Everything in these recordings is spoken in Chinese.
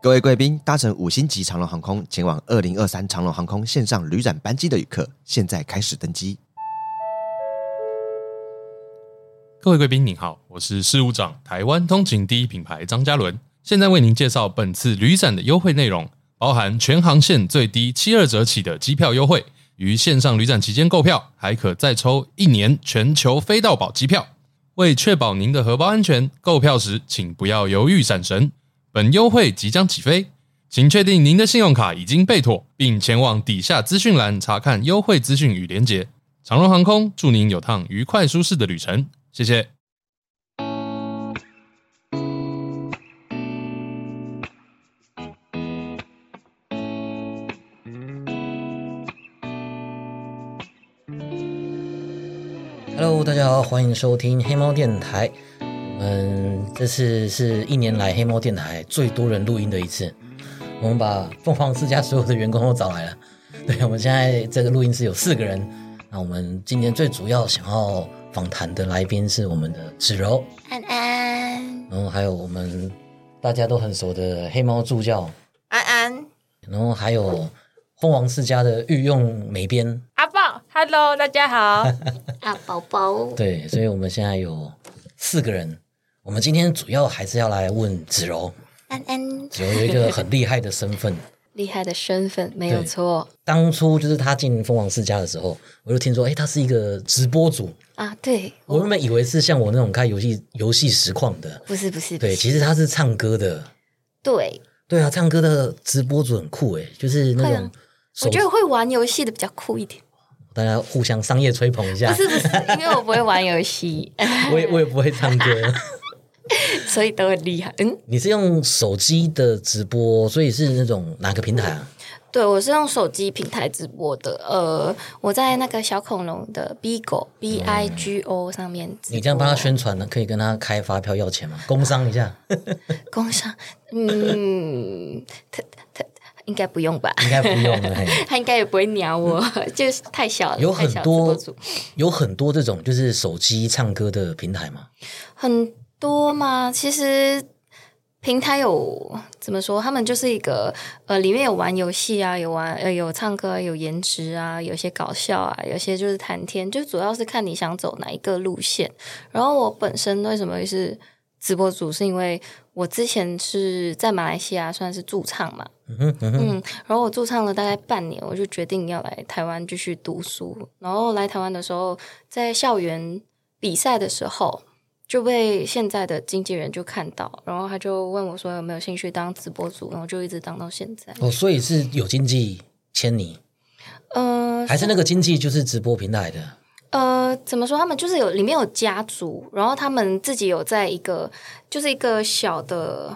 各位贵宾，搭乘五星级长龙航空前往二零二三长龙航空线上旅展班机的旅客，现在开始登机。各位贵宾您好，我是事务长台湾通勤第一品牌张嘉伦，现在为您介绍本次旅展的优惠内容，包含全航线最低七二折起的机票优惠，于线上旅展期间购票，还可再抽一年全球飞到宝机票。为确保您的荷包安全，购票时请不要犹豫闪神。本优惠即将起飞，请确定您的信用卡已经被妥，并前往底下资讯栏查看优惠资讯与连结。长荣航空祝您有趟愉快舒适的旅程，谢谢。 Hello，大家好，欢迎收听黑猫电台。我们这次是一年来黑猫电台最多人录音的一次，我们把凤凰世家所有的员工都找来了。对，我们现在这个录音室有四个人。那我们今天最主要想要访谈的来宾是我们的芷柔，安安，然后还有我们大家都很熟的黑猫助教，安安，然后还有凤凰世家的御用美编。阿豹，Hello，大家好。啊，宝宝，对，所以我们现在有四个人。我们今天主要还是要来问芷柔，安安，有有一个很厉害的身份。厉害的身份，没有对错当初就是他进凤凰世家的时候，我就听说，哎，他是一个直播主。啊！对，我原本以为是像我那种开游戏游戏实况的，不是不是，对，不是其实他是唱歌的。对，对啊，唱歌的直播主很酷诶，就是那会种啊手我觉得会玩游戏的比较酷 一点。大家互相商业吹捧一不下。是不是，因为我不会玩游戏， 我也我也不会唱歌， 所以都很厉害。嗯，你是用手机的直播，所以是那种哪个平台啊？对我是用手机平台直播的，呃，我在那个小恐龙的 Bigo B I G O 上面直播。你这样帮他宣传呢，可以跟他开发票要钱 吗？工商一下，工商？嗯，他他应该不用吧？应该不用了。嘿他应该也不会鸟我， 就是太小了，有太很小直播多组有很多这种就是手机唱歌的平台嘛，很多吗？其实平台有怎么说？他们就是一个呃，里面有玩游戏啊，有玩呃有唱歌，有颜值啊，有些搞笑啊，有些就是谈天，就主要是看你想走哪一个路线。然后我本身为什么会是直播主，是因为我之前是在马来西亚算是驻唱嘛，嗯哼嗯哼，嗯，然后我驻唱了大概半年，我就决定要来台湾继续读书。然后来台湾的时候，在校园比赛的时候就被现在的经纪人就看到，然后他就问我说有没有兴趣当直播主，然后就一直当到现在。哦，所以是有经济签你，嗯、还是那个经济就是直播平台的？呃，怎么说？他们就是有里面有家族，然后他们自己有在一个就是一个小的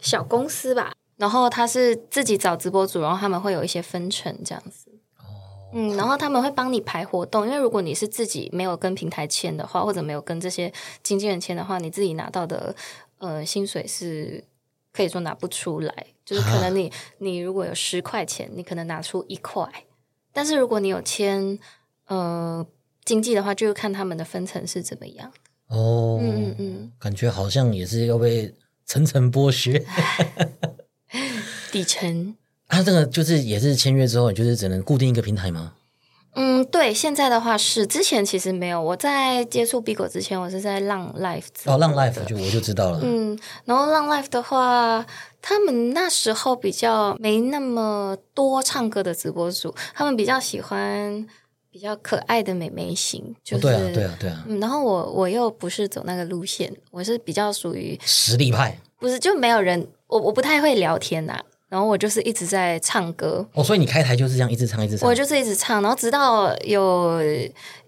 小公司吧，然后他是自己找直播主，然后他们会有一些分成这样子。嗯，然后他们会帮你排活动，因为如果你是自己没有跟平台签的话，或者没有跟这些经纪人签的话，你自己拿到的呃薪水是可以说拿不出来，就是可能你、你如果有十块钱，你可能拿出一块，但是如果你有签呃经济的话，就看他们的分层是怎么样。哦，嗯嗯嗯，感觉好像也是要被层层剥 削。底层。他、这个就是也是签约之后，你就是只能固定一个平台吗？嗯，对，现在的话是之前其实没有，我在接触 Bigo 之前，我是在浪 Life 直播哦，的浪 life 就我就知道了。嗯，然后浪 Life 的话，他们那时候比较没那么多唱歌的直播主，他们比较喜欢比较可爱的美眉型，就哦，是、对啊，对啊，对啊，嗯，然后我我又不是走那个路线，我是比较属于实力派。不是就没有人，我我不太会聊天呐、然后我就是一直在唱歌，哦，所以你开台就是这样一直唱一直唱。我就是一直唱，然后直到有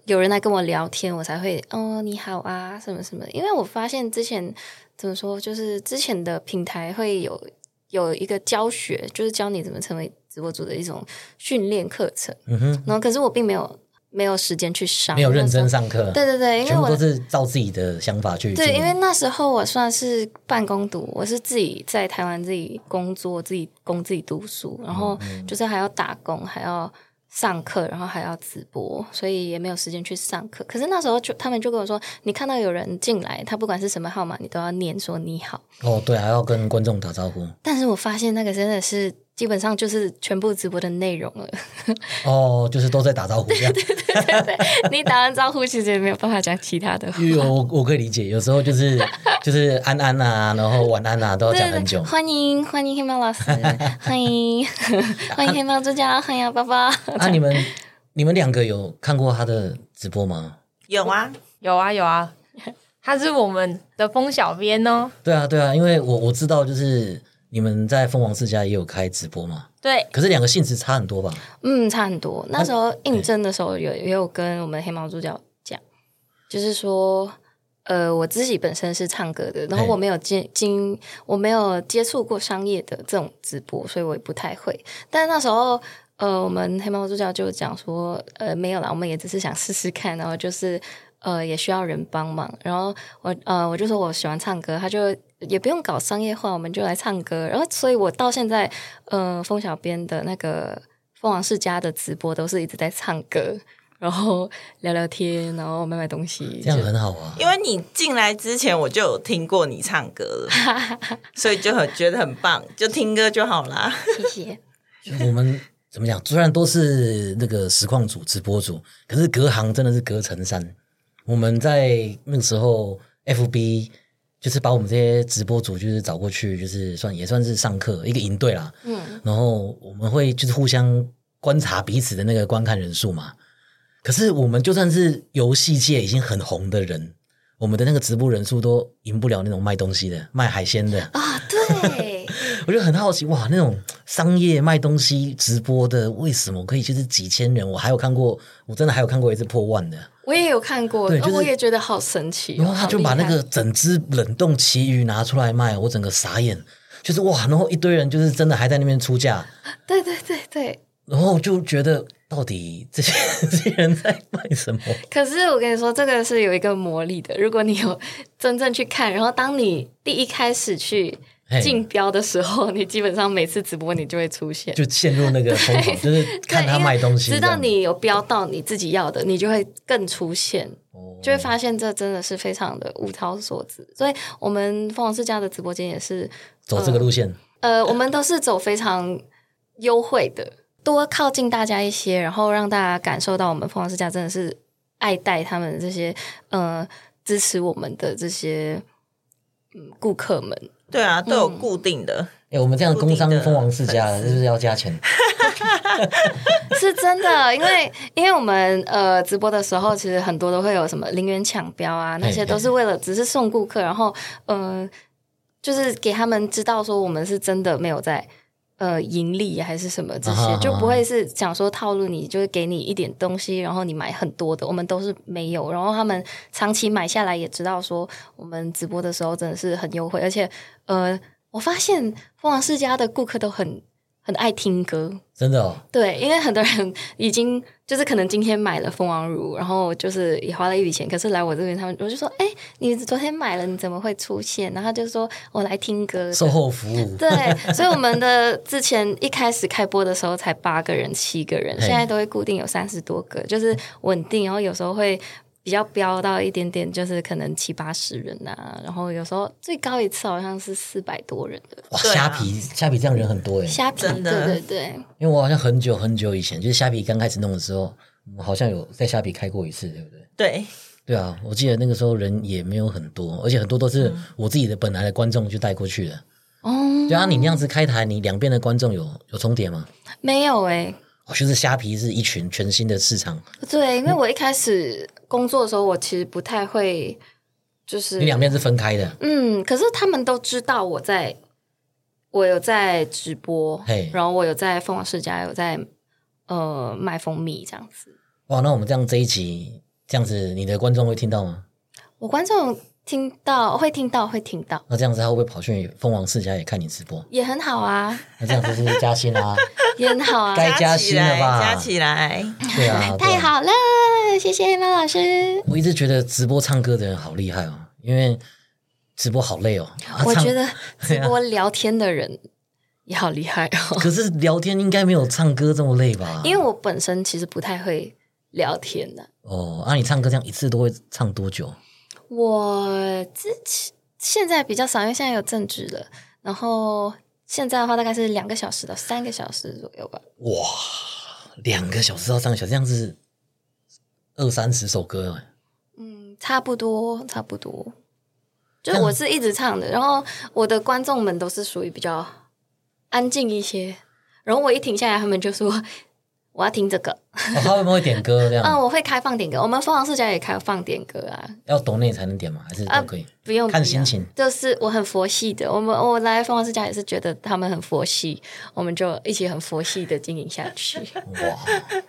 有人来跟我聊天，我才会哦你好啊什么什么。因为我发现之前怎么说，就是之前的平台会有有一个教学，就是教你怎么成为直播主的一种训练课程。嗯哼，然后可是我并没有没有时间去上，没有认真那时上课，候。对对对，因为全部哎我都是照自己的想法去经营。对，因为那时候我算是半工读，我是自己在嗯台湾自己工作，自己供自己读书，然后就是还要打工，还要上课，然后还要直播，所以也没有时间去上课。可是那时候就他们就跟我说，你看到有人进来，他不管是什么号码，你都要念说你好。哦，对，还要跟观众打招呼。但是我发现那个真的是基本上就是全部直播的内容了。 哦，就是都在打招呼这样。对对，你打完招呼其实也没有办法讲其他的话。有我我可以理解，有时候就是就是安安啊，然后晚安啊，都要对讲对很对，久。欢迎欢迎黑猫老师，欢迎 欢迎黑猫作家，欢迎爸爸。啊，你们你们两个有看过他的直播吗？有啊，有啊有 啊，他是我们的风小编哦。对啊，对啊，因为我我知道，就是你们在凤凰世家也有开直播嘛，对，可是两个性质差很多吧？嗯，差很多。那时候应征的时候有也有跟我们黑猫助教讲，就是说，呃，我自己本身是唱歌的，然后嘿我没有接经，我没有接触过商业的这种直播，所以我也不太会。但那时候。呃，我们黑猫助教就讲说，呃，没有啦，我们也只是想试试看，然后就是呃，也需要人帮忙。然后我呃，我就说我喜欢唱歌，他就也不用搞商业化，我们就来唱歌。然后，所以我到现在，呃，风小编的那个凤凰世家的直播都是一直在唱歌，然后聊聊天，然后买买东西，这样就很好啊。因为你进来之前我就有听过你唱歌了，所以就很觉得很棒，就听歌就好啦。谢谢。我们怎么讲？虽然都是那个实况组、直播组，可是隔行真的是隔层山。我们在那个时候，FB 就是把我们这些直播组就是找过去，就是算也算是上课一个营队啦。嗯，然后我们会就是互相观察彼此的那个观看人数嘛。可是我们就算是游戏界已经很红的人，我们的那个直播人数都赢不了那种卖东西的、卖海鲜的。 啊，对，我就很好奇，哇，那种商业卖东西直播的，为什么可以就是几千人？我还有看过，我真的还有看过一次破万的，我也有看过，哦对就是我也觉得好神奇、哦。然后他就把那个整只冷冻旗鱼拿出来卖，我整个傻眼，就是哇，然后一堆人就是真的还在那边出价，好厉害，对对对对。然后我就觉得到底这些 这些人在卖什 么？可是我跟你说，这个是有一个魔力的。如果你有真正去看，然后当你第一开始去嘿竞标的时候，你基本上每次直播你就会出现。就陷入那个疯狂，就是看他卖东西这直样，到你有标到你自己要的，你就会更出现，哦就会发现这真的是非常的物超所值。所以，我们凤凰世家的直播间也是，走这个路线，呃，我们都是走非常优惠的，多靠近大家一些，然后让大家感受到我们凤凰世家真的是爱戴他们这些呃支持我们的这些嗯顾客们。对啊，都有固定的，哎、我们这样工商固定的蜂王世家了，是不是要加钱？ 是真的，因为因为我们呃直播的时候，其实很多都会有什么零元抢标啊，那些都是为了只是送顾客，然后呃，就是给他们知道说我们是真的没有在呃盈利还是什么这啊哈些啊，哈就不会是想说套路你，就是给你一点东西，然后你买很多的，我们都是没有。然后他们长期买下来也知道说我们直播的时候真的是很优惠，而且呃，我发现凤凰世家的顾客都很很爱听歌。真的哦，对，因为很多人已经就是可能今天买了蜂王乳，然后就是也花了一笔钱，可是来我这边他们我就说，哎、你昨天买了，你怎么会出现？然后他就说我来听歌的。售后服务，对，所以我们的之前一开始开播的时候才八个人、七个人，嘿现在都会固定有三十多个，就是稳定，然后有时候会。比较飙到一点点，就是可能七八十人啊，然后有时候最高一次好像是四百多人的哇，对虾啊皮虾皮这样人很多哎，虾皮，真对的对对，因为我好像很久很久以前，就是虾皮刚开始弄的时候，我好像有在虾皮开过一次，对不对？对，对啊，我记得那个时候人也没有很多，而且很多都嗯是我自己的本来的观众就带过去的。哦，对啊，你那样子开台，你两边的观众有有重叠吗？没有哎、哦，就是虾皮是一群全新的市场，对，嗯因为我一开始工作的时候，我其实不太会，就是你两边是分开的。嗯，可是他们都知道我在，我有在直播嘿，然后我有在凤凰世家有在呃卖蜂蜜这样子。哇，那我们这样这一集这样子，你的观众会听到吗？我观众听到会听到会听到，那这样子他会不会跑去凤凰世家也看你直播？也很好啊，那这样子是不是加薪 啊？也很好 啊该，加起薪了来，吧加起来，对啊，对太啊好了，谢谢猫老师。我一直觉得直播唱歌的人好厉害哦，因为直播好累哦。啊 我唱觉得直播聊天的人也好厉害 哦。可是聊天应该没有唱歌这么累吧？因为我本身其实不太会聊天的，哦，啊，你唱歌这样一次都会唱多久？我之前现在比较少，因为现在有正职了。然后现在的话，大概是两个小时到三个小时左右吧。哇，两个小时到三个小时，这样子二三十首歌哎，嗯，差不多，差不多。就是我是一直唱的，然后我的观众们都是属于比较安静一些，然后我一停下来，他们就说我要听这个。哦他会不会点歌这 样？嗯，我会开放点歌，我们凤凰世家也开放点歌啊，要懂内才能点吗？还是都可以？不用看比啊心情就是我很佛系的，我们我来凤凰世家也是觉得他们很佛系，我们就一起很佛系的经营下去。哇，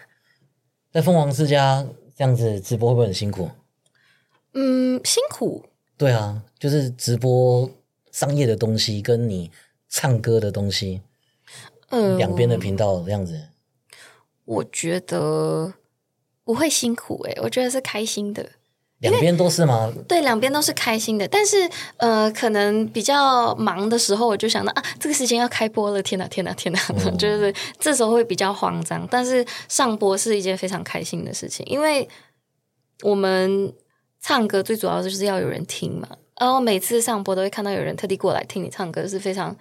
在凤凰世家这样子直播会不会很辛苦？嗯，辛苦，对啊，就是直播商业的东西跟你唱歌的东西，呃，两边的我频道这样子。我觉得不会辛苦诶、我觉得是开心的。两边都是吗？对，两边都是开心的，但是呃，可能比较忙的时候，我就想到啊，这个时间要开播了，天哪，天哪，天哪，嗯 就是这时候会比较慌张。但是上播是一件非常开心的事情，因为我们唱歌最主要就是要有人听嘛，然后每次上播都会看到有人特地过来听你唱歌，是非常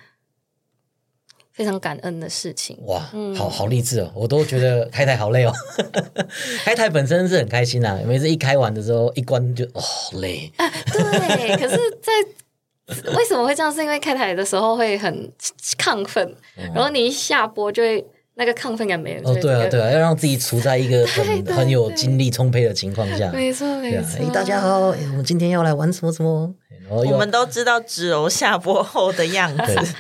非常感恩的事情。哇，嗯好好励志哦！我都觉得开台好累哦。 开台本身是很开心啊，每次一开完的时候，一关就哦好累，对，可是在，为什么会这样？是因为开台的时候会很亢奋，然后你一下播就会那个亢奋感没了。嗯哦，就会对啊，整个对啊，要让自己处在一个很 对对很有对精力充沛的情况下。没错对没啊，错、哦哎，大家好，哎我们今天要来玩什么什么？然后又我们都知道纸柔下播后的样对啊子，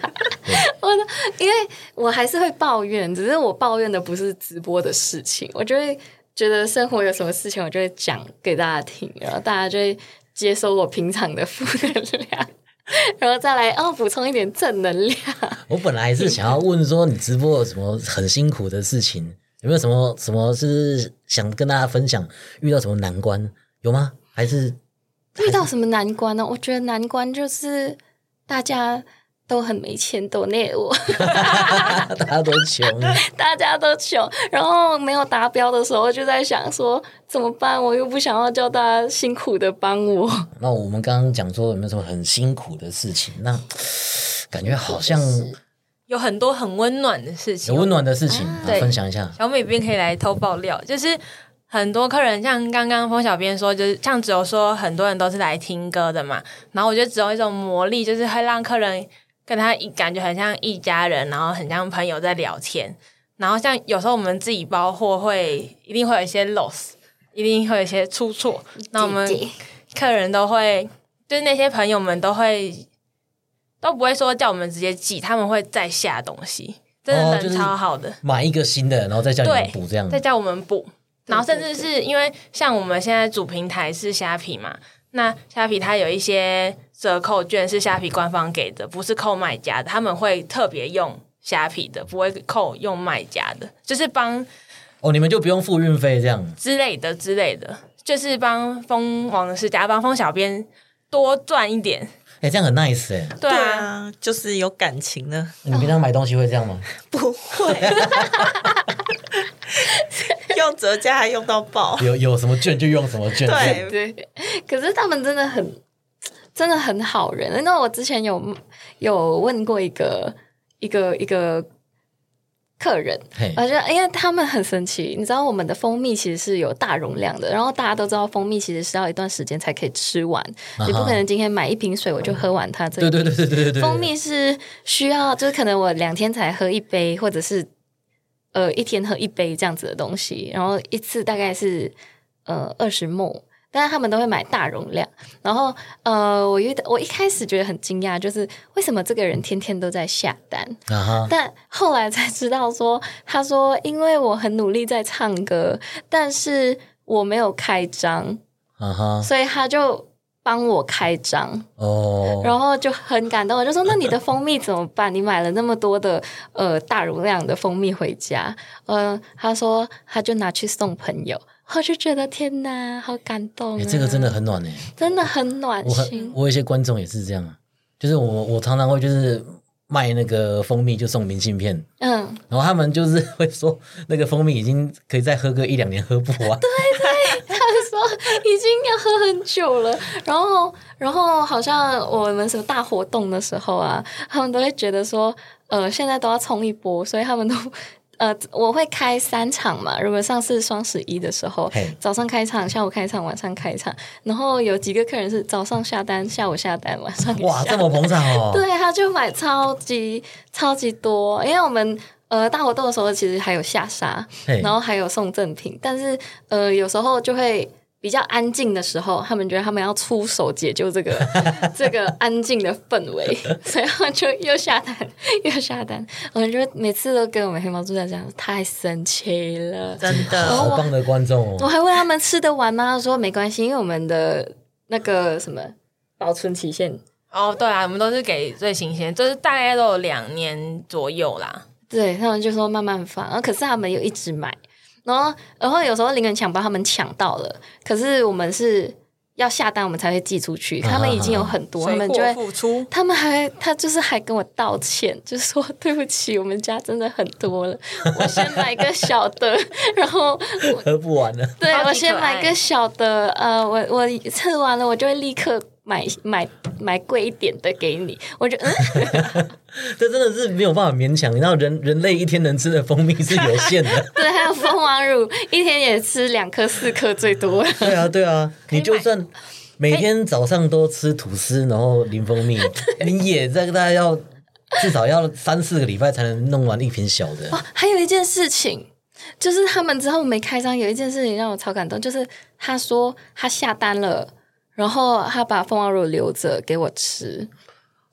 我的，因为我还是会抱怨，只是我抱怨的不是直播的事情，我就会觉得生活有什么事情，我就会讲给大家听，然后大家就会接收我平常的负能量，然后再来哦补充一点正能量。我本来是想要问说，你直播有什么很辛苦的事情？有没有什么什么是想跟大家分享？遇到什么难关有吗？还是遇到什么难关呢？我觉得难关就是大家都很没钱，抖内我， 大家都穷？大家都穷，然后没有达标的时候，就在想说怎么办？我又不想要叫大家辛苦的帮我，那我们刚刚讲说有没有什么很辛苦的事情？那感觉好像有很多很温暖的事情有。温暖的事情，啊对分享一下。小美编可以来偷爆料，就是很多客人像刚刚风小编说，就是像只有说很多人都是来听歌的嘛，然后我觉得只有一种魔力，就是会让客人跟他一感觉很像一家人，然后很像朋友在聊天。然后像有时候我们自己包货会一定会有一些 loss，一定会有一些出错， 那我们姐姐客人都会，就是那些朋友们都会都不会说叫我们直接寄，他们会再下东西，真哦的就人是嗯超好的。买一个新的，然后再叫你们对补这样再。叫我们补。然后甚至是因为像我们现在主平台是虾皮嘛，那虾皮它有一些折扣券是虾皮官方给的，不是扣卖家的，他们会特别用虾皮的，不会扣用卖家的，就是帮哦，你们就不用付运费这样。之类的之类的，就是帮蜂王世家帮蜂小编多赚一点。哎，这样很 nice 哎。对对啊，啊，就是有感情的，你平常买东西会这样吗？不会 用折价还用到爆，有有什么券就用什么券。嗯对，对，可是他们真的很，真的很好人。欸那我之前有有问过一个一个一个客人，嘿，我觉得，因为他们很神奇，你知道我们的蜂蜜其实是有大容量的，然后大家都知道蜂蜜其实是要一段时间才可以吃完，啊哈你不可能今天买一瓶水我就喝完它。这对对对对对对对。蜂蜜是需要，就是可能我两天才喝一杯，或者是呃一天喝一杯这样子的东西，然后一次大概是呃二十沫。但是他们都会买大容量，然后呃，我遇到我一开始觉得很惊讶，就是为什么这个人天天都在下单，啊哈。但后来才知道说，他说因为我很努力在唱歌，但是我没有开张，啊哈，所以他就帮我开张，哦，然后就很感动。我就说：“那你的蜂蜜怎么办？你买了那么多的呃大容量的蜂蜜回家。”呃，他说他就拿去送朋友。我就觉得天哪，好感动、啊哎，这个真的很暖哎。嗯真的很暖我很心。我有一些观众也是这样啊，就是我我常常会就是卖那个蜂蜜就送明信片，嗯，然后他们就是会说那个蜂蜜已经可以再喝个一两年喝不完。他说已经要喝很久了，然后然后好像我们什么大活动的时候啊，他们都会觉得说，呃，现在都要冲一波，所以他们都。 呃，我会开三场嘛。如果上次双十一的时候嘿，早上开场，下午开场，晚上开场，然后有几个客人是早上下单，下午下单，晚上也哇，这下么膨胀哦！对，他就买超级超级多，因为我们呃大活动的时候其实还有下沙，对然后还有送赠品，但是呃有时候就会。比较安静的时候，他们觉得他们要出手解救 这个这个安静的氛围，所以他们就又下单又下单。我们就每次都跟我们黑猫助教讲，太神奇了，真的，好棒的观众 我哦！还问他们吃得完吗？他说没关系，因为我们的那个什么保存期限哦，对啊，我们都是给最新鲜，就是大概都有两年左右啦。对他们就说慢慢放，然后可是他们又一直买，然后然后有时候零元抢包他们抢到了，可是我们是要下单我们才会寄出去，啊他们已经有很嗯多，他水们就货会。付出，他们还，他就是还跟我道歉，就说对不起，我们家真的很多了，我先买个小的，然后喝不完了，对超级可我先买爱个小的，呃，我我吃完了，我就会立刻买买买贵一点的给你，我就嗯，。这真的是没有办法勉强。你知道人人类一天能吃的蜂蜜是有限的 对，还有蜂王乳，一天也吃两颗四颗最多。对啊，对啊，你就算每天早上都吃吐司，然后淋蜂 蜜，你也在大概要至少要三四个礼拜才能弄完一瓶小的。哦还有一件事情，就是他们之后没开张，有一件事情让我超感动，就是他说他下单了，然后他把凤凰乳留着给我吃。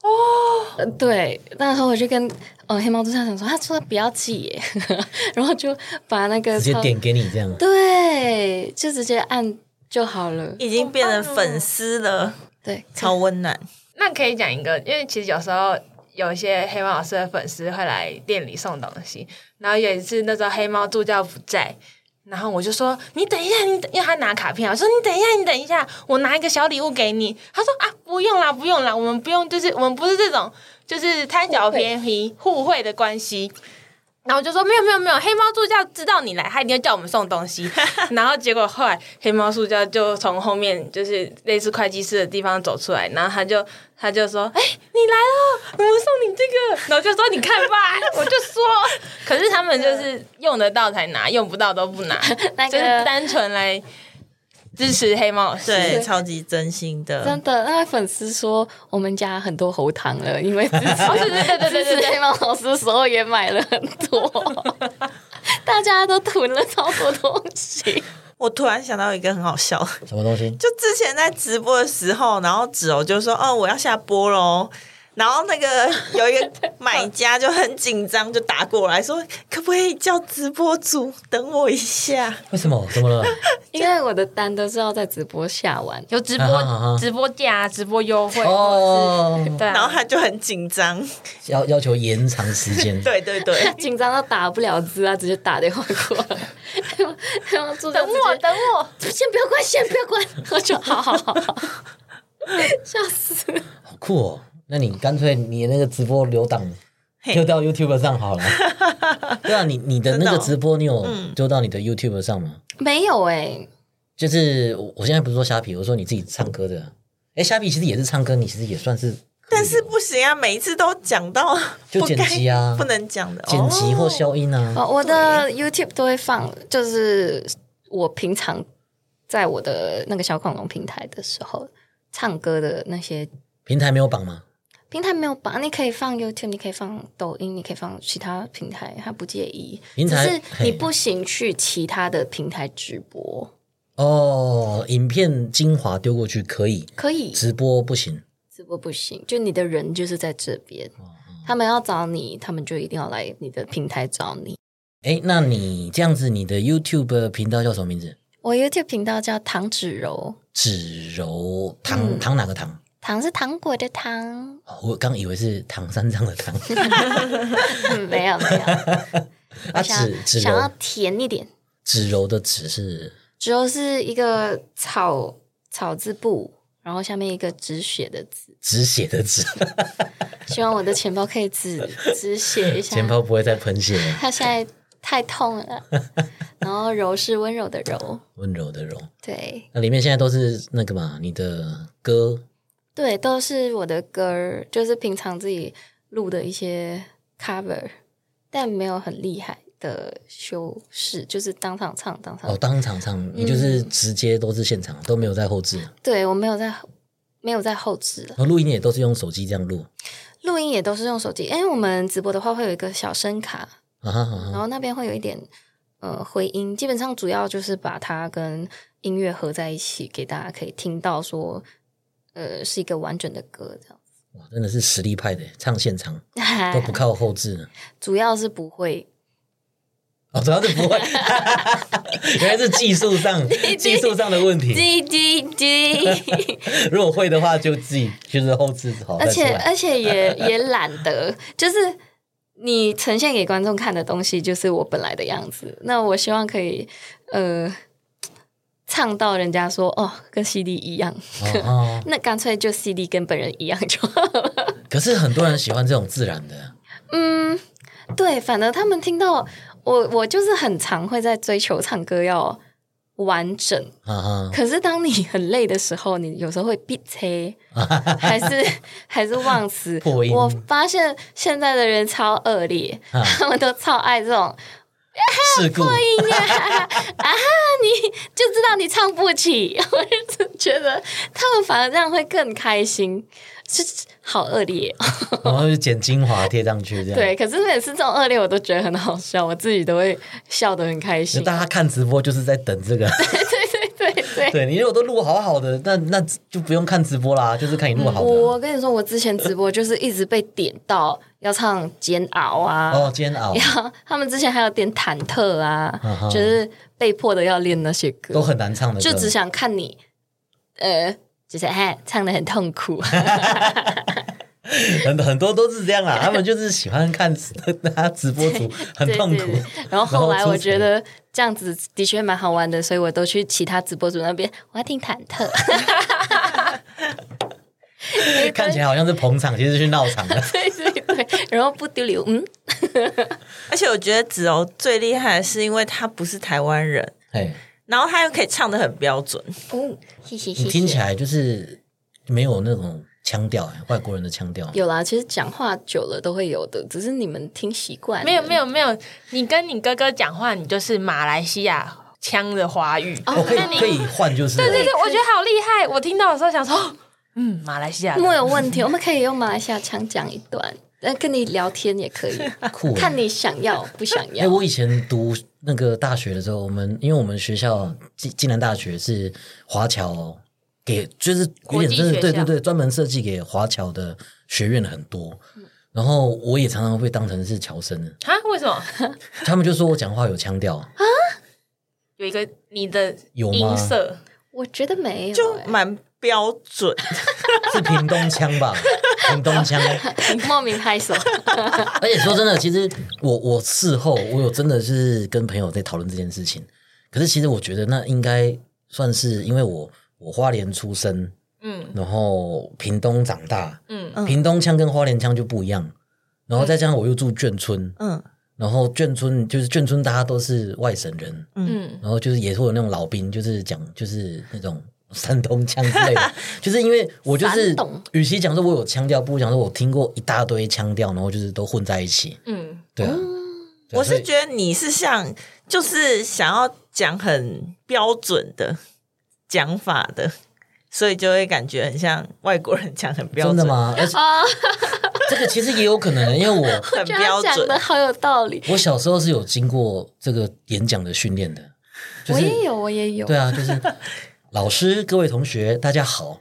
哦，对，那时候我就跟呃黑猫助教讲说，他说啊他不要寄耶， 然后就把那个直接超点给你这样。对，就直接按就好了。已经变成粉丝了，对，超温暖。那可以讲一个，因为其实有时候有一些黑猫老师的粉丝会来店里送东西，然后有一次那时候黑猫助教不在。然后我就说：“你等一下，你等，因为他拿卡片啊，我说你等一下，你等一下，我拿一个小礼物给你。”他说：“啊，不用啦，不用啦，我们不用，就是我们不是这种，就是贪小便宜、互惠的关系。”然后我就说没有没有没有，黑猫助教知道你来，他一定会叫我们送 东西。然后结果后来黑猫助教就从后面就是类似会计师的地方走出来，然后他就他就说：“哎、你来了，我们送你这个。”然后就说：“你看吧。”我就说，可是他们就是用得到才拿，用不到都不 拿，那就是个单纯来支持黑猫老师。对，超级真心的真，的，那位粉丝说我们家很多喉糖了，因为 哦，对对对对对对支持对黑猫老师的时候也买了很 多，大家都囤了超多东西。我突然想到一个很好笑的， 什么东西？就之前在直播的时候，然后子柔就说：“哦，我要下播喽。”然后那个 有一个买家就很紧张，就打过来说：“可不可以叫直播主等我一下为什么？怎 么了？ 因为我的单都是要在直播下完，，有直啊哈啊哈播直播价、直播优惠，哦，对？”然后啊，他就很 紧张，要要求延长时间。对对对紧张到打不了字啊，直接打电话过 来，然后助教等直我接等我。先不要关，先不要关，我就好好好 好，笑死。好酷哦！那你干脆你那个直播留档嘿丢到 YouTube 上好了。 对啊，你你的那真个的哦直播你有丢到你的 YouTube 上吗？没有哎、就是我我现在不是说虾皮，我说你自己唱歌的。哎，虾皮其实也是唱歌，你其实也算是可以哦但是不行啊，每一次都讲到就不该剪辑啊 不能讲的剪辑或消音啊。哦，我的 YouTube 都会放，就是我平常在我的那个小恐龙平台的时候唱歌的那些平台没有榜吗？平台没有绑，你可以放 YouTube，你可以放抖音，你可以放其他平台，他不介意。平台只是嘿你不行去其他的平台直播，哦，影片精华丢过去可以，可以直播不行。直播不行，就你的人就是在这边，嗯他们要找你，他们就一定要来你的平台找你。哎，那你这样子，你的 YouTube 频道叫什么名字？我 YouTube 频道叫唐芷柔，芷柔嗯糖糖哪个糖？糖是糖果的糖， 哦我刚以为是唐三藏的唐嗯没有没有。啊，想芷芷想要柔甜一点，芷柔的芷是只有是一个草草字部，然后下面一个止血的字，啊止血的止，希望我的钱包可 以止止血一下。钱包不会再喷血，它现在太痛了。然后柔是温柔的柔，温柔的柔。对那里面现在都是那个嘛，你的歌对，都是我的歌儿，就是平常自己录的一些 cover，但没有很厉害的修饰，就是当场唱当场。哦，当场唱，你就是直接都是现场，都没有在后置，然对我没有在没有在后置了，后录音也都是用手机这样录。录音也都是用手机，因为我们直播的话会有一个小声卡，啊哈啊然哈，后那边会有一点呃回音，基本上主要就是把它跟音乐合在一起，给大家可以听到说，呃，是一个完整的歌这样。哇，真的是实力派的，唱现场都不靠后置。 主要是不会，哦，主要是不会， 原来是技术 上技术上的问题。滴滴 滴，如果会的话，就自己就是后置好而再出且而来。且也也懒得，就是你呈现给观众看的东西就是我本来的样子。那我希望可以呃唱到人家说哦，跟 CD 一样，哦，那干脆就 CD 跟本人一样就好了。可是很多人喜欢这种自然的，嗯，对，反而他们听到我，我就是很常会在追求唱歌要完整。啊哈，可是当你很累的时候，你有时候会闭 切，还是还是忘词。破音我发现现在的人超恶劣，啊他们都超爱这种，事故哎呀啊，你就知道你唱不起。 我就觉得他们反而这样会更开心，就是好恶劣哦。然后就剪精华贴上去这样。对，可是每次这种恶劣我都觉得很好笑，我自己都会笑得很开就心。大家看直播就是在等这个， 对对。对你如果都录好好的，那那就不用看直播啦，就是看你录好的。啊嗯我我跟你说，我之前直播就是一直被点到要唱《煎熬》啊，哦，煎熬然后 他们之前还有点忐忑啊，嗯哼 就是被迫的要练那些歌，都很难唱的歌，就只想看你，呃，就是哎，唱的很痛 苦，很很多都是这样 啦。他们就是喜欢看大家直播主很痛苦对对，对然后后来然后出我觉得这样子的确蛮好玩的，所以我都去其他直播主那边，我要听忐忑。 哎看起来好像是捧场，其实是去闹场的。 对对对，然后不丢脸，嗯，而且我觉得子柔最厉害的是，因为他不是台湾人，哎，然后他又可以唱的很标准，哦，谢谢你听起来就是没有那种腔调，哎外国人的腔调。有啦，其实讲话久了都会有的，只是你们听习惯了。没有没有没有，你跟你哥哥讲话，你就是马来西亚腔的华语。哦，可以那你可以换就是了，对对对，我觉得好厉害！我听到的时候想说，哦嗯，马来西亚的没有问题， 我们可以用马来西亚腔讲一段，呃，跟你聊天也 可以，酷哎。看你想要不想哎、要。我以前读那个大学的时候，我们因为我们学校暨暨南大学是华侨给，就是有国点际真的学对对校对，专门设计给华侨的学院很多。嗯然后我也常常被当成是侨生，啊？为什么他们就说我讲话有腔调，有一个你的有吗音色？我觉得没有、就欸蛮标准。是屏东腔吧？屏东腔。莫名拍 手。而且说真的，其实我我事后我有真的是跟朋友在讨论这件事情，可是其实我觉得那应该算是因为我我花莲出生，嗯然后屏东长大，嗯，嗯屏东腔跟花莲腔就不一样。然后再加上我又住眷村，嗯然后眷村就是眷村，大家都是外省人，嗯，然后就是也会有那种老兵，就是讲就是那种山东腔之 类的，就是因为我就是山东，与其讲说我有腔调，不如讲说我听过一大堆腔调，然后就是都混在一起，嗯，对啊。对啊哦我所是以觉得你是像，就是想要讲很标准的讲法的，所以就会感觉很像外国人讲很标真准哦的？ 吗？而且这个其实也有可能，因为我 很觉得他标讲的准，好有道理，我小时候是有经过这个演讲的训练的，就我是也有，我也有。对啊，就是 老师、各位同学，大家好，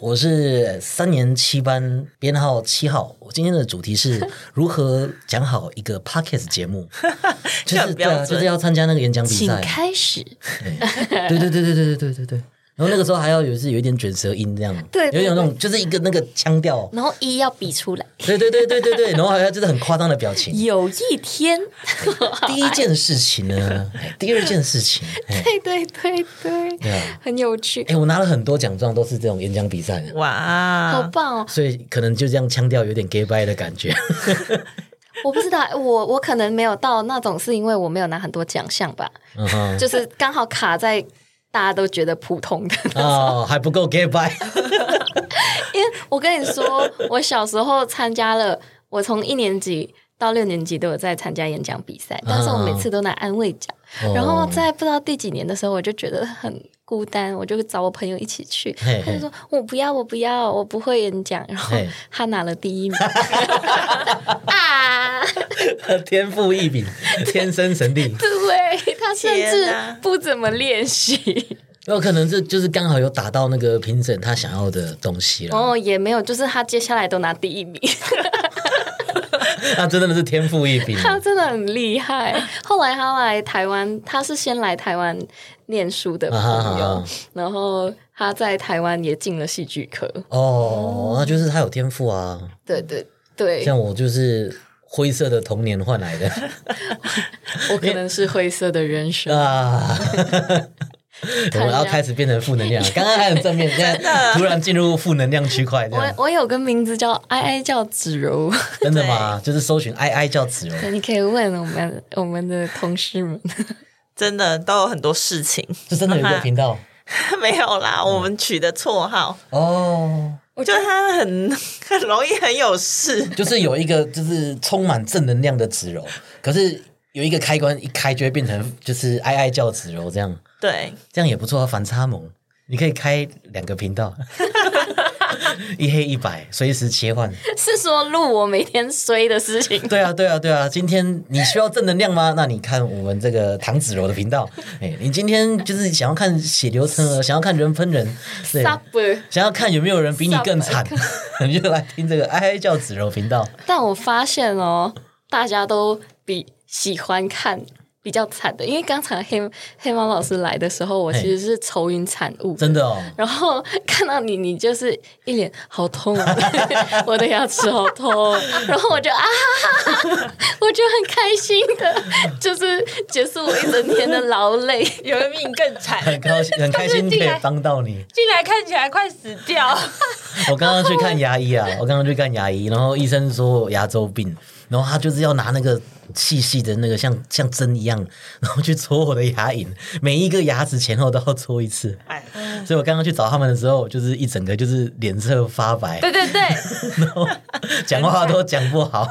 我是三年七班编号七号。我今天的主题 是如何讲好一个 podcast 节目，就这是很对啊，标准就是要参加那个演讲比请赛。开始。对对对对对对对对对。然后那个时候还要有是有一点卷舌音这样，对有对一种那种就是一个那个腔调，然后一要比出来。对对对对对 对，然后还有就是很夸张的表情。有一 天，第一件事情呢，哎第二件事情，哎对对对对，对啊，很有趣，哎，我拿了很多奖状，都是这种演讲比赛的，好哇，棒哦！所以可能就这样腔调有点 gay bye 的感 觉。我不知道，我我可能没有到那种，是因为我没有拿很多奖项吧，嗯哼，就是刚好卡在大家都觉得普通的。哦，还不 够 gay bye， 因为我跟你说，我小时候参加了，我从一年级到六年级都有在参加演讲比赛，但是我每次都拿安慰奖。然后在不知道第几年的时候，我就觉得很孤单，我就找我朋友一起去，嘿嘿他就说我不要，我不要，我不会演讲。然后嘿他拿了第 一名啊！哦天赋异禀，天生神力。对他甚天至哪不怎么练习，有哦可能这就是刚好有打到那个评审他想要的东西然了。后哦也没有，就是他接下来都拿第一名。他真的是天赋异禀， 他真的很厉 害。后来他来台湾，他是先来台湾念书的朋友，啊哈哈然后他在台湾也进了戏剧科。哦，那就是他有天赋啊。对对对，像我就是灰色的童年换来 的我可能是灰色的人生。啊。我们要开始变成负能量了，刚刚还很正面，现在突然进入负能量区块，这我样我有个名字叫哀哀叫子 柔，真的吗？就是搜寻哀哀叫子荣，你可以问我们我们的同 事们。 真的都有很多事情， 这真的有一个频道没有啦，嗯我们取的绰号，哦，我觉得他很 很容易很有事，就是有一个就是充满正能量的子柔，可是有一个开关一开就会变成就是哀哀叫子柔这样。对，这样也不错啊，反差萌，你可以开两个频道， 一黑一白，随时切换。是说录我每天衰的事情，对啊，对啊，对啊，今天你需要正能量吗？那你看我们这个唐子柔的频道，哎，你今天就是想要看血流成河，想要看人喷人，对。 suffer。想要看有没有人比你更惨， 你就来听这个哀哀叫子柔频道。但我发现哦，大家都比喜欢看比较惨的，因为刚才黑黑猫老师来的时候，我嘿其实是愁云惨雾，真。的哦，然后看到你，你就是一脸好痛啊， 我的牙齿好痛哦，然后我就啊， 我就很开心的，就是结束我一整天的劳累。 有人比你更惨，很 高兴，很开心可以帮到你。进来看起来快死掉。 我刚刚去看牙医啊，我刚刚去看牙医，然后医生说我牙周病，然后他就是要拿那个细细的那个像像针一样，然后去戳我的牙龈，每一个牙齿前后都要戳一次。哎，所以我刚刚去找他们的时候，就是一整个就是脸色发白，对对对，然后讲话都讲不好。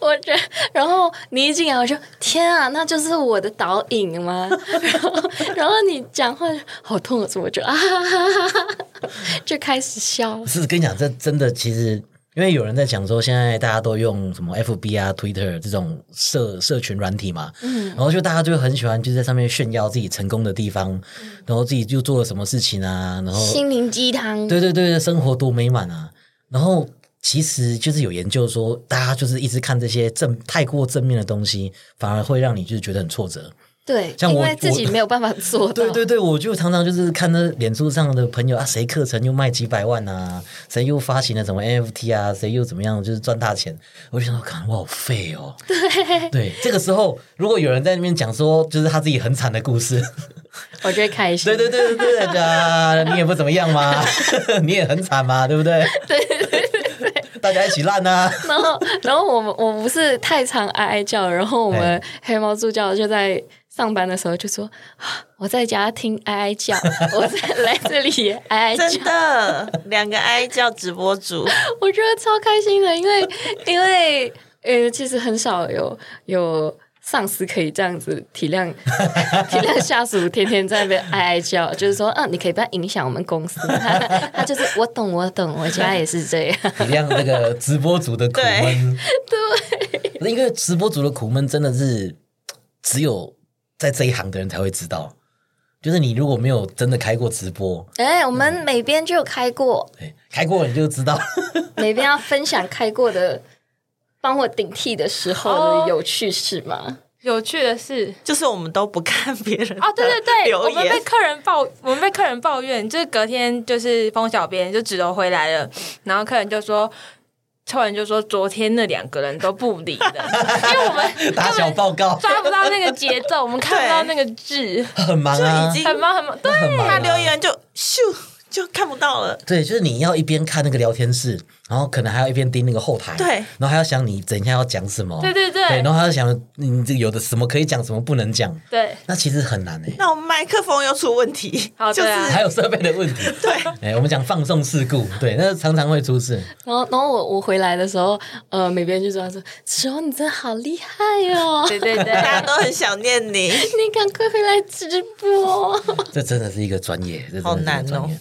我觉得，然后你一进来，我就天啊，那就是我的导引吗？ 然后，然后你讲话好痛啊，怎么就啊 哈哈哈哈，就开始笑了。是跟你讲，这真的其实，因为有人在讲说，现在大家都用什么 FB 啊、Twitter 这种社社群软体嘛，嗯，然后就大家就很喜欢就在上面炫耀自己成功的地方，然后自己就做了什么事情啊，然后心灵鸡汤，对对对，生活多美满啊，然后。其实就是有研究说，大家就是一直看这些正太过正面的东西，反而会让你就是觉得很挫折。对，像因我为自己我没有办法做到， 对对对，我就常常就是看那脸书上的朋友啊，谁课程又卖几百万啊，谁又发行了什么 NFT 啊，谁又怎么样，就是赚大钱。我就想到，看我好废哦。对对，这个时候如果有人在那边讲说，就是他自己很惨的故事，我就会开心。对对对对对，啊，你也不怎么样嘛，你也很惨嘛，对不对？对对对，大家一起烂啊。然后，然后我们我不是太常哀哀叫，然后我们哎黑猫助教就在上班的时候就说，啊我在家听哀哀叫，我在 来这里也哀哀叫真。的， 两个 I 叫直播主，我觉得超开心的，因 为因为呃，其实很少有有上司可以这样子体 谅体谅下属，天天在那边哀哀叫，就是说，嗯、你可以不要影响我们公司。 他他就是我懂，我懂，我家也是这样。体谅这个直播主的苦闷。对， 因为直播主的苦闷真的是只有在这一行的人才会知道。就是你如果没有真的开过直播， 哎、我们每边就有开过， 对，开过你就知道。 每哦边要分享开过的。帮我顶替的时候的有趣事吗？有趣的是，就是我们都不看别人哦，对对的对，我留们被言，客人抱，我们被客人抱怨，就是隔天就是封小编就指头回来了，然后客人就说。客人就说：“昨天那两个人都不理的，因为我们打小报 告抓不到那个节奏，我们看不到那个字，很忙就啊已，经很忙很忙。对，很忙啊他留言就咻就看不到了。对，就是你要一边看那个聊天室，然后可能还要一边盯那个后台，对然后还要想你等一下要讲什么，对对对对，然后还要想你这有的什么可以讲，什么不能讲，对，那其实很难欸诶。那我们麦克风又出问题，好就是对啊还有设备的问题，对，哎，我们讲放送事故，对，那常常会出事。然后，然后我我回来的时候，呃，美编就说：“说子荣，你真的好厉害 哦，对对对，大家都很想念你。你赶快回来直播。这真的是一个专业，这真的好是一难个哦专业。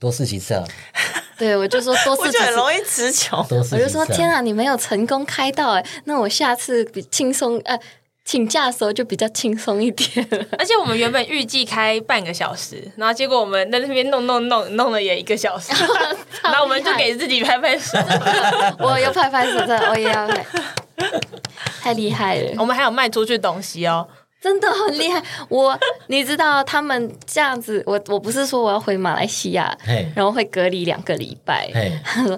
多试几次啊， 对”我就说多我试几就很次。容易持球，多试我几次啊。就说：“天啊，你没有成功开到哎、那我下次比轻松呃，请假的时候就比较轻松一 点。而且我们原本预计开半个小时，然后结果我们在那边弄弄弄弄了也一个小 时，然后我们就给自己拍拍手。我又拍拍手，真的，我也要拍， 太厉害了。”我们还有卖出去东西哦，真的很厉害。我你知道他们这样子，我我不是说我要回马来西亚嘿，然后会隔离两个礼拜。嘿，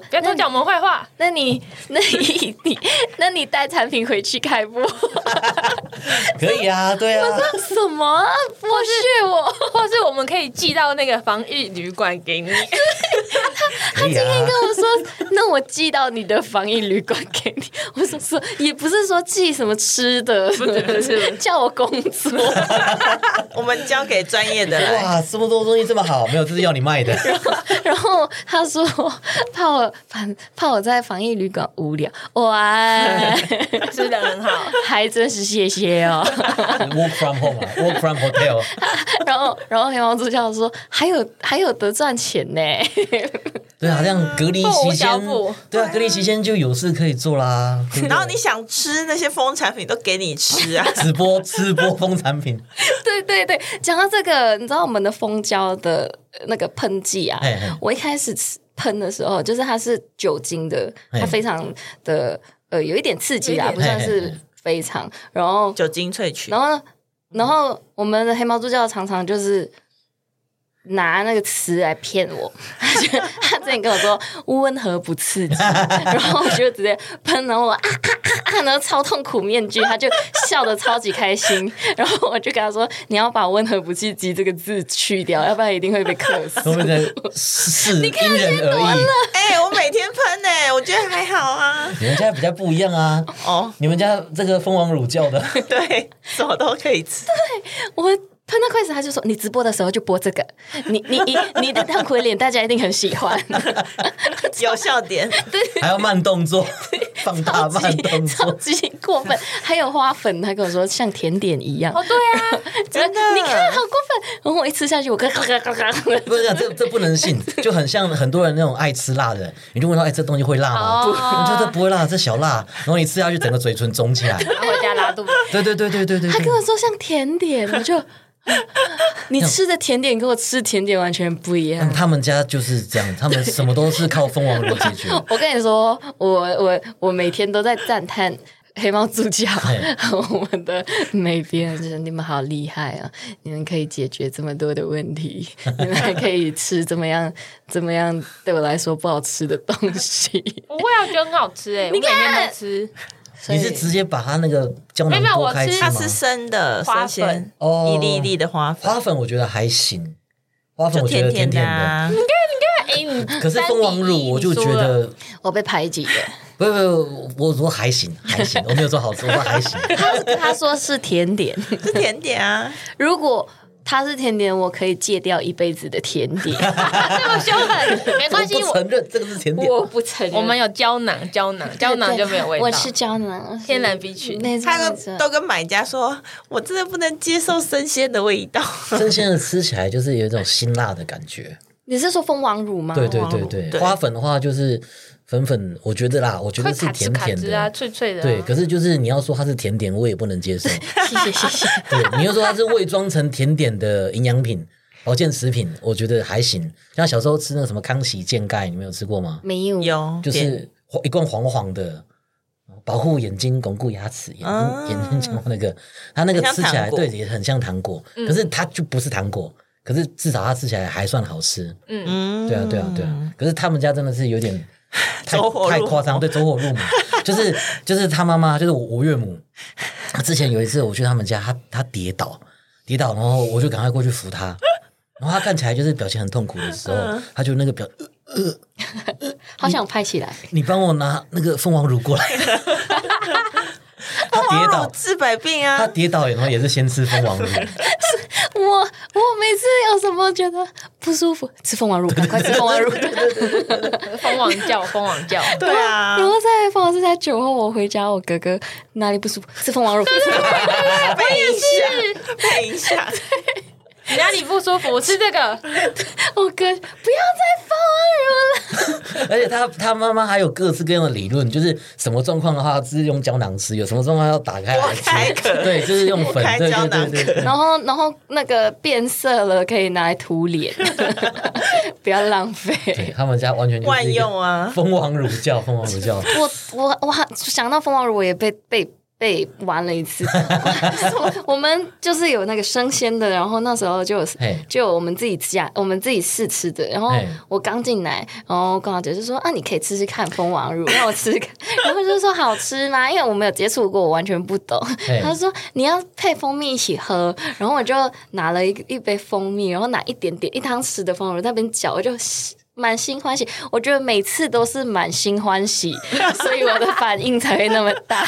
不要偷讲我们坏话。那你 那你你那你带产品回去开播？可以啊，对啊，什么啊？剥削 我？或是我们可以寄到那个防疫旅馆给你，可以啊。我说那我寄到你的防疫旅馆给你。 我说说也不是说寄什么吃的，不是不是， 叫我工作。我们交给专业的来。哇，这么多东西这么好，没有，这是要你卖的。然后他说怕我反怕我在防疫旅馆无聊，哇，吃的很好。还真是谢谢哦。 Work from home 啊，Work from hotel，然后，然后黑猫助教说还有还有得赚钱呢，对啊，这样隔离期不无小间补，对啊，隔离期间就有事可以做啦。对不对 然后你想吃那些风产品都给你吃啊，直播吃播风产 品， 对对对。讲到这个，你知道我们的蜂胶的那个喷剂啊嘿嘿，我一开始吃喷的时候，就是它是酒精的，嘿它非常的呃有一点刺激啦，有一不点算嘿嘿是嘿非常。然后，酒精萃取然。后呢，然后我们的黑猫助教常常就是。拿那个词来骗我， 他之前跟我说温和不刺激， 然后我就直接喷，然后我啊啊啊啊，然后超痛苦面具，他就笑得超级开心， 然后我就跟他说你要把温和不刺激这个字去掉，要不然一定会被克死。我 们的是因人而异。哎、我每天喷哎、我觉得还好啊。你们家比较不一样啊，哦，你们家这个蜂王乳教的，对，什么都可以吃。我喷到快死，他就说你直播的时候就播这个，你你你你的痛苦的脸大家一定很喜欢， 有笑点， 还要慢动作，放大慢动超作。级过分。还有花粉，他跟我说像甜点一样，哦，对啊，真的，你看好过分！然后我一吃下去，我嘎嘎嘎嘎嘎，不是、啊、这这不能信，就很像很多人那种爱吃辣的，你就问他，哎，这东西会辣吗？哦你说这不会辣，这小辣，然后你吃下去，整个嘴唇肿起来。拿回家拉肚子。对对对对对对他跟对。我说像甜点，我就你吃的甜点跟我吃的甜点完全不一样嗯，。他们家就是这样，他们什么都是靠蜂王乳解决。我跟你说，我我我每天都在赞叹黑猫助教哎和我们的美编，就是你们好厉害啊！你们可以解决这么多的问题，你们还可以吃怎么样怎么样对我来说不好吃的东西。不会啊，我觉得很好吃哎，我每天都吃。所以你是直接把它那个胶囊没有剥我开吃吗它？是生的花生粉鲜，哦一粒一粒的花粉，花粉我觉得还行，花粉就我觉甜得甜甜的、的，啊。哎，你可是蜂王乳我就觉得我被排挤了。 不不不，我说还行还行，我没有说好吃，我说还行。他他说是甜点， 是甜点啊， 如果它是甜点，我可以戒掉一辈子的甜点。这么凶 狠，没我关系，不我承认这个是甜点，我不承认，我们有胶囊，胶囊， 胶囊就没有味道。我吃胶囊，天然 B 群那种他那都种都跟买家说，我真的不能接受生鲜的味道。生鲜的吃起来就是有一种辛辣的感 觉。你是说蜂王乳哦吗？对对王对乳对，对花粉的话就是粉粉，我觉得啦，我觉会得是卡哧甜卡甜哧啊，的。脆脆的啊。对，可是就是你要说它是甜点，我也不能接 受。 谢谢谢谢。对，你又说它是伪装成甜点的营养品、保健食品，我觉得还行。像小时候吃那个什么康熙健钙，你们有吃过吗？没有，有就点是黄一罐黄黄的，保护眼睛、巩固牙齿，眼睛、啊眼睛讲过那个，它那个很像吃起来糖果嗯对也很像糖果，可是它就不是糖果，可是至少它吃起来还算好吃。嗯，嗯对啊，对啊，对啊。可是他们家真的是 有点太走火入太魔夸张，对，走火入魔。就是就是他妈妈，就是我我岳母。之前有一次我去他们家，她她跌倒，跌倒，然后我就赶快过去扶她。然后她看起来就是表情很痛苦的时嗯候，她就那个表，呃好想拍起来。你帮我拿那个凤凰乳过 来。她跌王乳倒，治百病她啊，跌倒，然后也是先吃凤 凰乳。我我每次有什么觉得不舒服，吃凤 凰乳，赶快吃凤凰乳。蜂王 叫，蜂王叫，对啊然，后在冯老师在酒后，我回家，我哥哥哪里不舒服，吃凤 凰乳。啊 配一 下，配一下，你哪里不舒服？吃这个， 我哥不要再凤凰而且他他妈妈还有各式各样的理论，就是什么状况的话是用胶囊吃，有什么状况要打开来剥开吃，壳 对，就是用粉剥，开对胶对囊对对对 乳。。然后然后那个变色了，可以拿来涂脸， 不要浪对费。他们家完全就是万一个用啊蜂王乳教，蜂王乳 教，我我我还想到凤凰乳，我也被被。被玩了一次， 我们就是有那个生鲜的，然后那时候就有嘿就有我们自己家我们自己试吃的，然后嘿我刚进来，然后跟我姐就说啊，你可以吃吃看蜂王乳，让我吃吃看，然后就说好吃吗？因为我没有接触过，我完全不懂。嘿他说你要配蜂蜜一起喝，然后我就拿了一一杯蜂蜜，然后拿一点点一汤匙的蜂蜜在那边搅，我就满心欢喜。我觉得每次都是满心欢喜，所以我的反应才会那么大。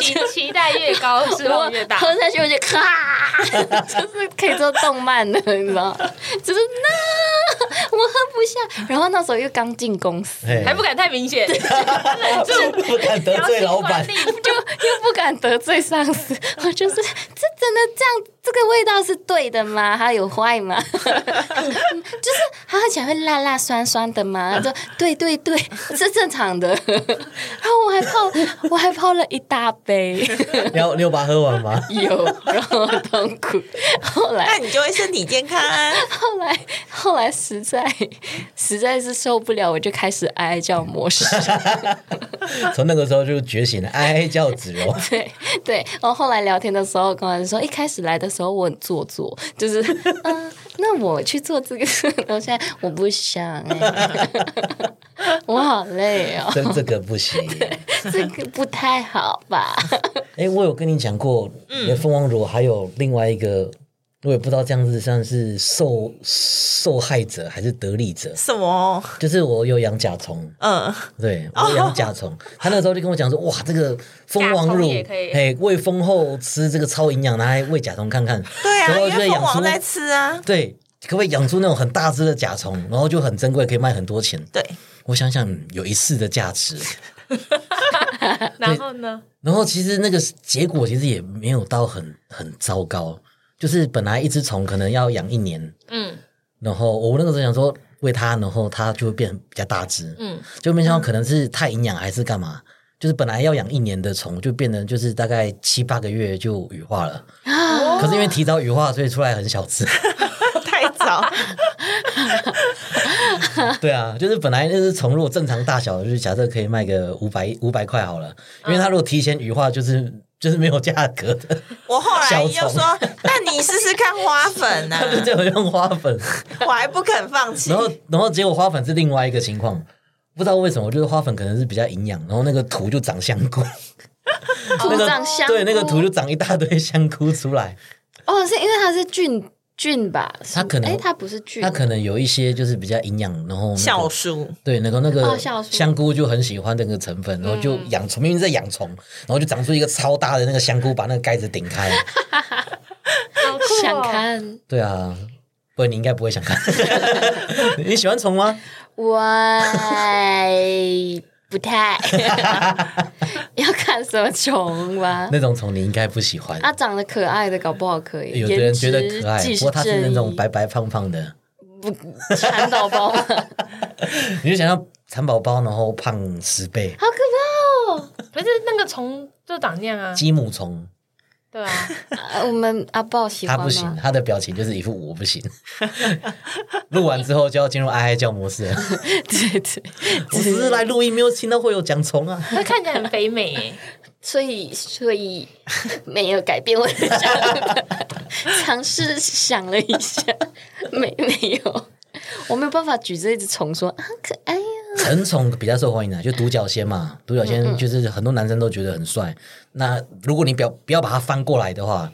期期待越高，失我望越大。喝下去我就咔，就是可以做动漫的，你知道吗？就是 no，我喝不下。然后那时候又刚进公司，嘿还不敢太明显，忍住，哎不敢得罪老板表，情就又不敢得罪上司，我就是这真的这样，这个味道是对的吗？它有坏吗？ 就是它喝起来会辣辣酸酸的吗？就对对对，是正常的。然后我还泡，我还泡了一大杯，你要你有把它喝完吗？有，然后很痛苦。后来那你就会身体健康啊。后来，后来实在实在是受不了，我就开始哀哀叫模式。从那个时候就觉醒了，哀叫子柔，对对，然后后来聊天的时候，跟我说，一开始来的时候我很做作， 就是嗯、那我去做这个， 然后现在我不想、 欸，我好累 哦，这这个不行。这个不太好吧？哎，我有跟你讲过，嗯蜂王乳还有另外一个，我也不知道这样子算是受受害者还是得利者，什么？就是我有养甲虫。嗯，对，我养甲虫，他那时候就跟我讲说，哇，这个蜂王甲乳虫也可以，哎，喂蜂后吃这个超营养，拿来喂甲虫看看。对啊，然后因就为养蜂出王在吃啊。对，可不可以养出那种很大只的甲虫，然后就很珍贵，可以卖很多钱？对，我想想，嗯有一世的价值。然后呢？然后其实那个结果其实也没有到很很糟糕，就是本来一只虫可能要养一年，嗯然后我那个时候想说喂它，然后它就会变比较大只，嗯，就没想到可能是太营养还是干嘛，就是本来要养一年的虫，就变成就是大概七八个月就羽化了。啊可是因为提早羽化，所以出来很小 只。太早，对啊，就是本来那只虫如果正常大小，就是假设可以卖个五百五百块好了，因为它如果提前羽化，就是就是没有价格的，我后来小又虫说，那你试试看花 粉呐、它就只有用花粉。我还不肯放弃然。后然后结果花粉是另外一个情况，不知道为什么，就是花粉可能是比较营养，然后那个土就长香菇，土哦长香 菇，对，那个土就长一大堆香菇出来。哦，是因为它是菌菌吧？它可能哎，它不是菌，它可能有一些就是比较营养，然后、那个、酵素，对，然后那个哦酵素嗯香菇就很喜欢那个成分，然后就养虫，明明在养虫，然后就长出一个超大的那个香菇，把那个盖子顶 开。好酷哦想看对啊，不然你应该不会想看。 你喜欢虫 吗？我不太 要看什么虫吧？那种虫你应该不喜欢。啊，长得可爱的，搞不好可以。有的人觉得颜值可爱，即不过它是那种正白白胖胖的，义蚕宝宝， 好可你就想要蚕宝宝，然后胖十倍，怕哦！ 可是那个虫就长那样啊，鸡母虫。对啊，呃我们阿豹喜他欢不行，吗？他的表情就是一副我不行。 录完之后就要进入哀哀叫模 式了。对对，我只是来录音，没有听到会有讲虫 啊。他看起来很肥美欸耶， 所以所以没有改变我的想法，尝试想了一下，没没有，我没有办法举着一只虫说啊可爱呀、成虫比较受欢迎啊的、就独角仙嘛，独角嗯仙就是很多男生都觉得很帅。那如果你表不要把它翻过来的话，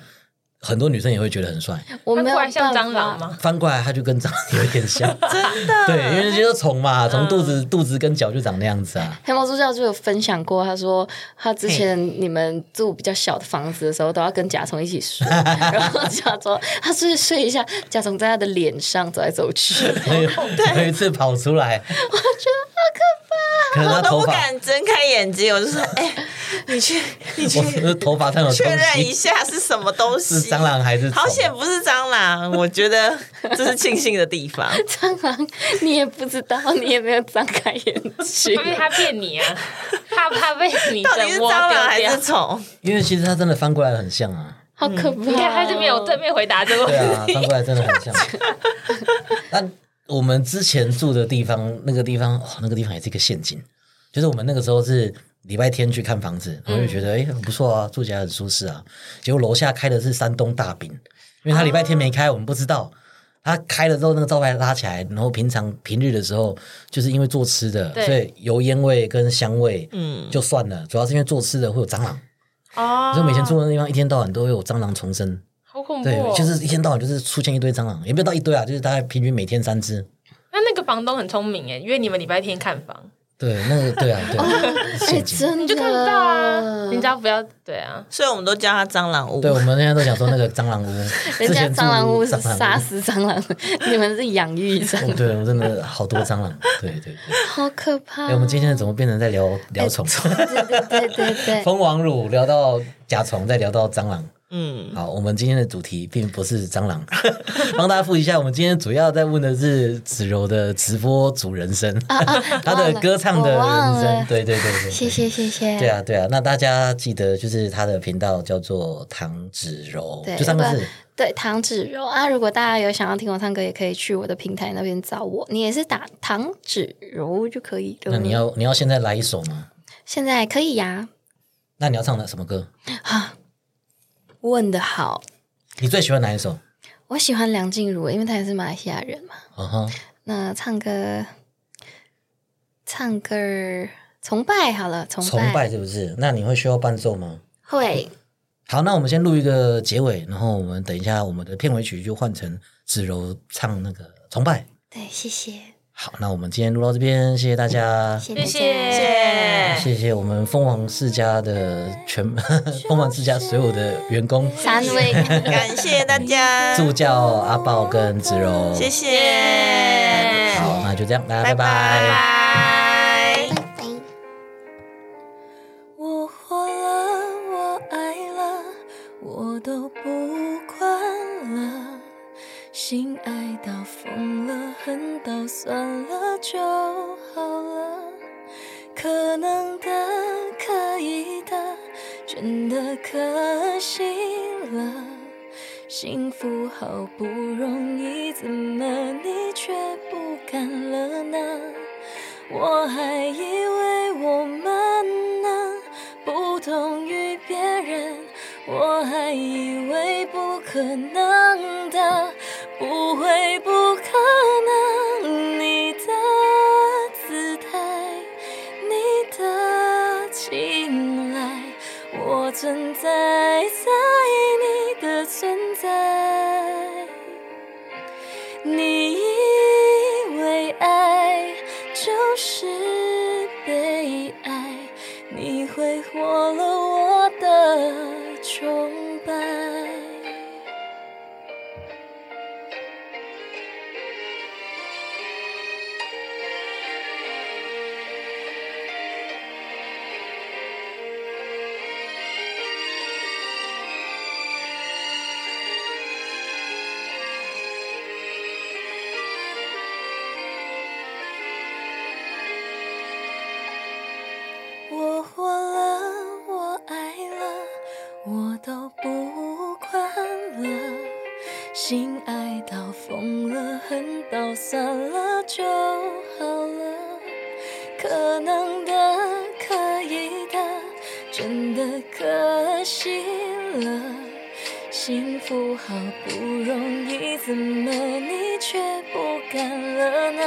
很多女生也会觉得很帅。我他没有过来办像蟑法螂？吗？翻过来它就跟蟑螂有一点 像，真的。对，因为就是虫嗯嘛，从肚哦子、肚子跟脚就长那样子啊。黑猫助教就有分享过，他说他之前你们住比较小的房子的时候，都要跟甲虫一起睡，然后甲虫啊他睡睡一下，甲虫在他的脸上走来 走去，有一次跑出来，我觉得好我可怕。可能他都头不发，敢睁开眼睛，我就说：“哎、你去，你去我的头发上有确东认一西，下是什么东西。”是蟑螂还是虫？啊好险不是蟑螂，我觉得这是庆幸的地方。 蟑螂你也不知道，你也没有张开眼睛因。为他骗你啊，怕怕被你到底是整窝蟑螂丢还掉是。虫？因为其实它真的翻过来很像啊。好可怕、哦！ 你看，他就没有正面回答这个对问 啊，题。翻过来真的很像。那我们之前住的地方，那个地方，哦，那个地方也是一个陷阱。就是我们那个时候是礼拜天去看房子，嗯我就觉得哎、诶很不错啊，住起来很舒适啊。结果楼下开的是山东大饼，因为他礼拜天没开，我们不知道。他开了之后，那个招牌拉起来，然后平常平日的时候，就是因为做吃的，对所以油烟味跟香味，嗯嗯，就算了。主要是因为做吃的会有蟑螂，哦所以我们以前住的地方一天到晚都会有蟑螂丛生。好恐怖对哦！，就是一天到晚就是出现一堆蟑螂，也没有到一堆啊，就是大概平均每天三只。那那个房东很聪明哎，因为你们礼拜天看房，对，那个对啊，对 啊，哎、陷阱。真的，你就看不到啊，你只要不要对啊，所以我们都叫它蟑螂屋对，。我们现在都讲说那个蟑螂屋， 之人家前住蟑螂屋是蟑杀螂死蟑螂，你们是养育 蟑屋。螂哦，，对，我真的好多蟑螂，对对 对。好可怕、哦哎、我们今天怎么变成在聊聊虫？对对对对 对，蜂王乳聊到甲虫，再聊到蟑螂。嗯，好，我们今天的主题并不是蟑螂， 帮大家复习一下，我们今天主要在问的是子柔的直播主人生， 她的歌唱的我啊人忘了生，对对对对对谢谢谢谢，对啊，对啊，那大家记得就是他的频道叫做唐芷柔，对就三个字。对唐芷柔啊，如果大家有想要听我唱歌，也可以去我的平台那边找我，你也是打唐芷柔就可以了。那你要你要现在来一首吗？现在可以呀、那你要唱的什么歌？问的好，你最喜欢哪一首？我喜欢梁静茹，因为她也是马来西亚人嘛。嗯哼，那唱歌，唱歌崇拜好了，崇崇拜是不是？那你会需要伴奏吗？会好，那我们先录一个结尾，然后我们等一下我们的片尾曲就换成芷柔唱那个崇拜。对，谢谢好，那我们今天录到这边，谢谢大家，谢谢大家谢谢谢我们蜂王世家的全蜂王世家所有的员工，三位，感谢大家，助教阿豹跟芷柔，谢谢，好，那就这样，大家拜拜拜拜。拜拜。我活了，我爱了，我都不管了。心爱到疯了，恨到算了就好了。可能的，可以的，真的可惜了。幸福好不容易，怎么你却不敢了呢？我还以为我们呢不同于别人，我还以为不可能的，不会不可能。你的姿态，你的青睐，我存在在你的存在。你以为爱就是被爱，你挥霍了我的崇拜。我活了，我爱了，我都不心爱到疯了，恨到算了就好了。可能的，可以的，真的可惜了。幸福好不容易，怎么你却不敢了呢？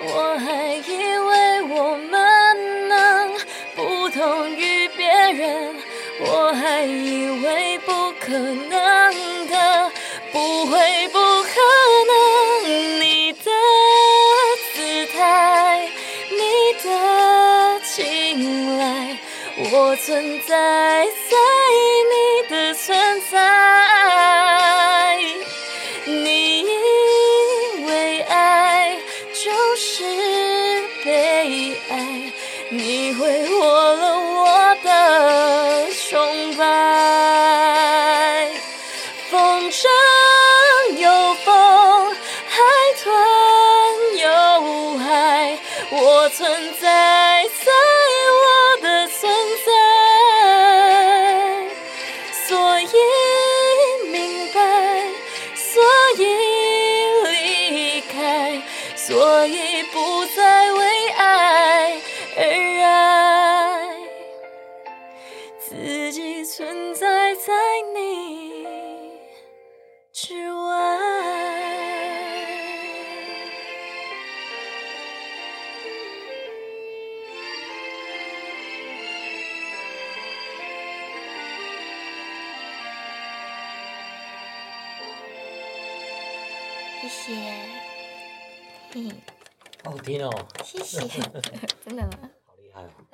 我还以为我们能不同于别人，我还以为不可能的，不会不可能。你的姿态，你的青睐，我存在在你的存在。你以为爱就是被爱，你挥霍了我的崇拜。风筝有风，海豚有海，我存在在我的存在。所以明白，所以离开，所以不再为爱而爱，自己存在在你之外。谢谢，嗯，好听哦，谢谢。 真的吗？好厉害哦！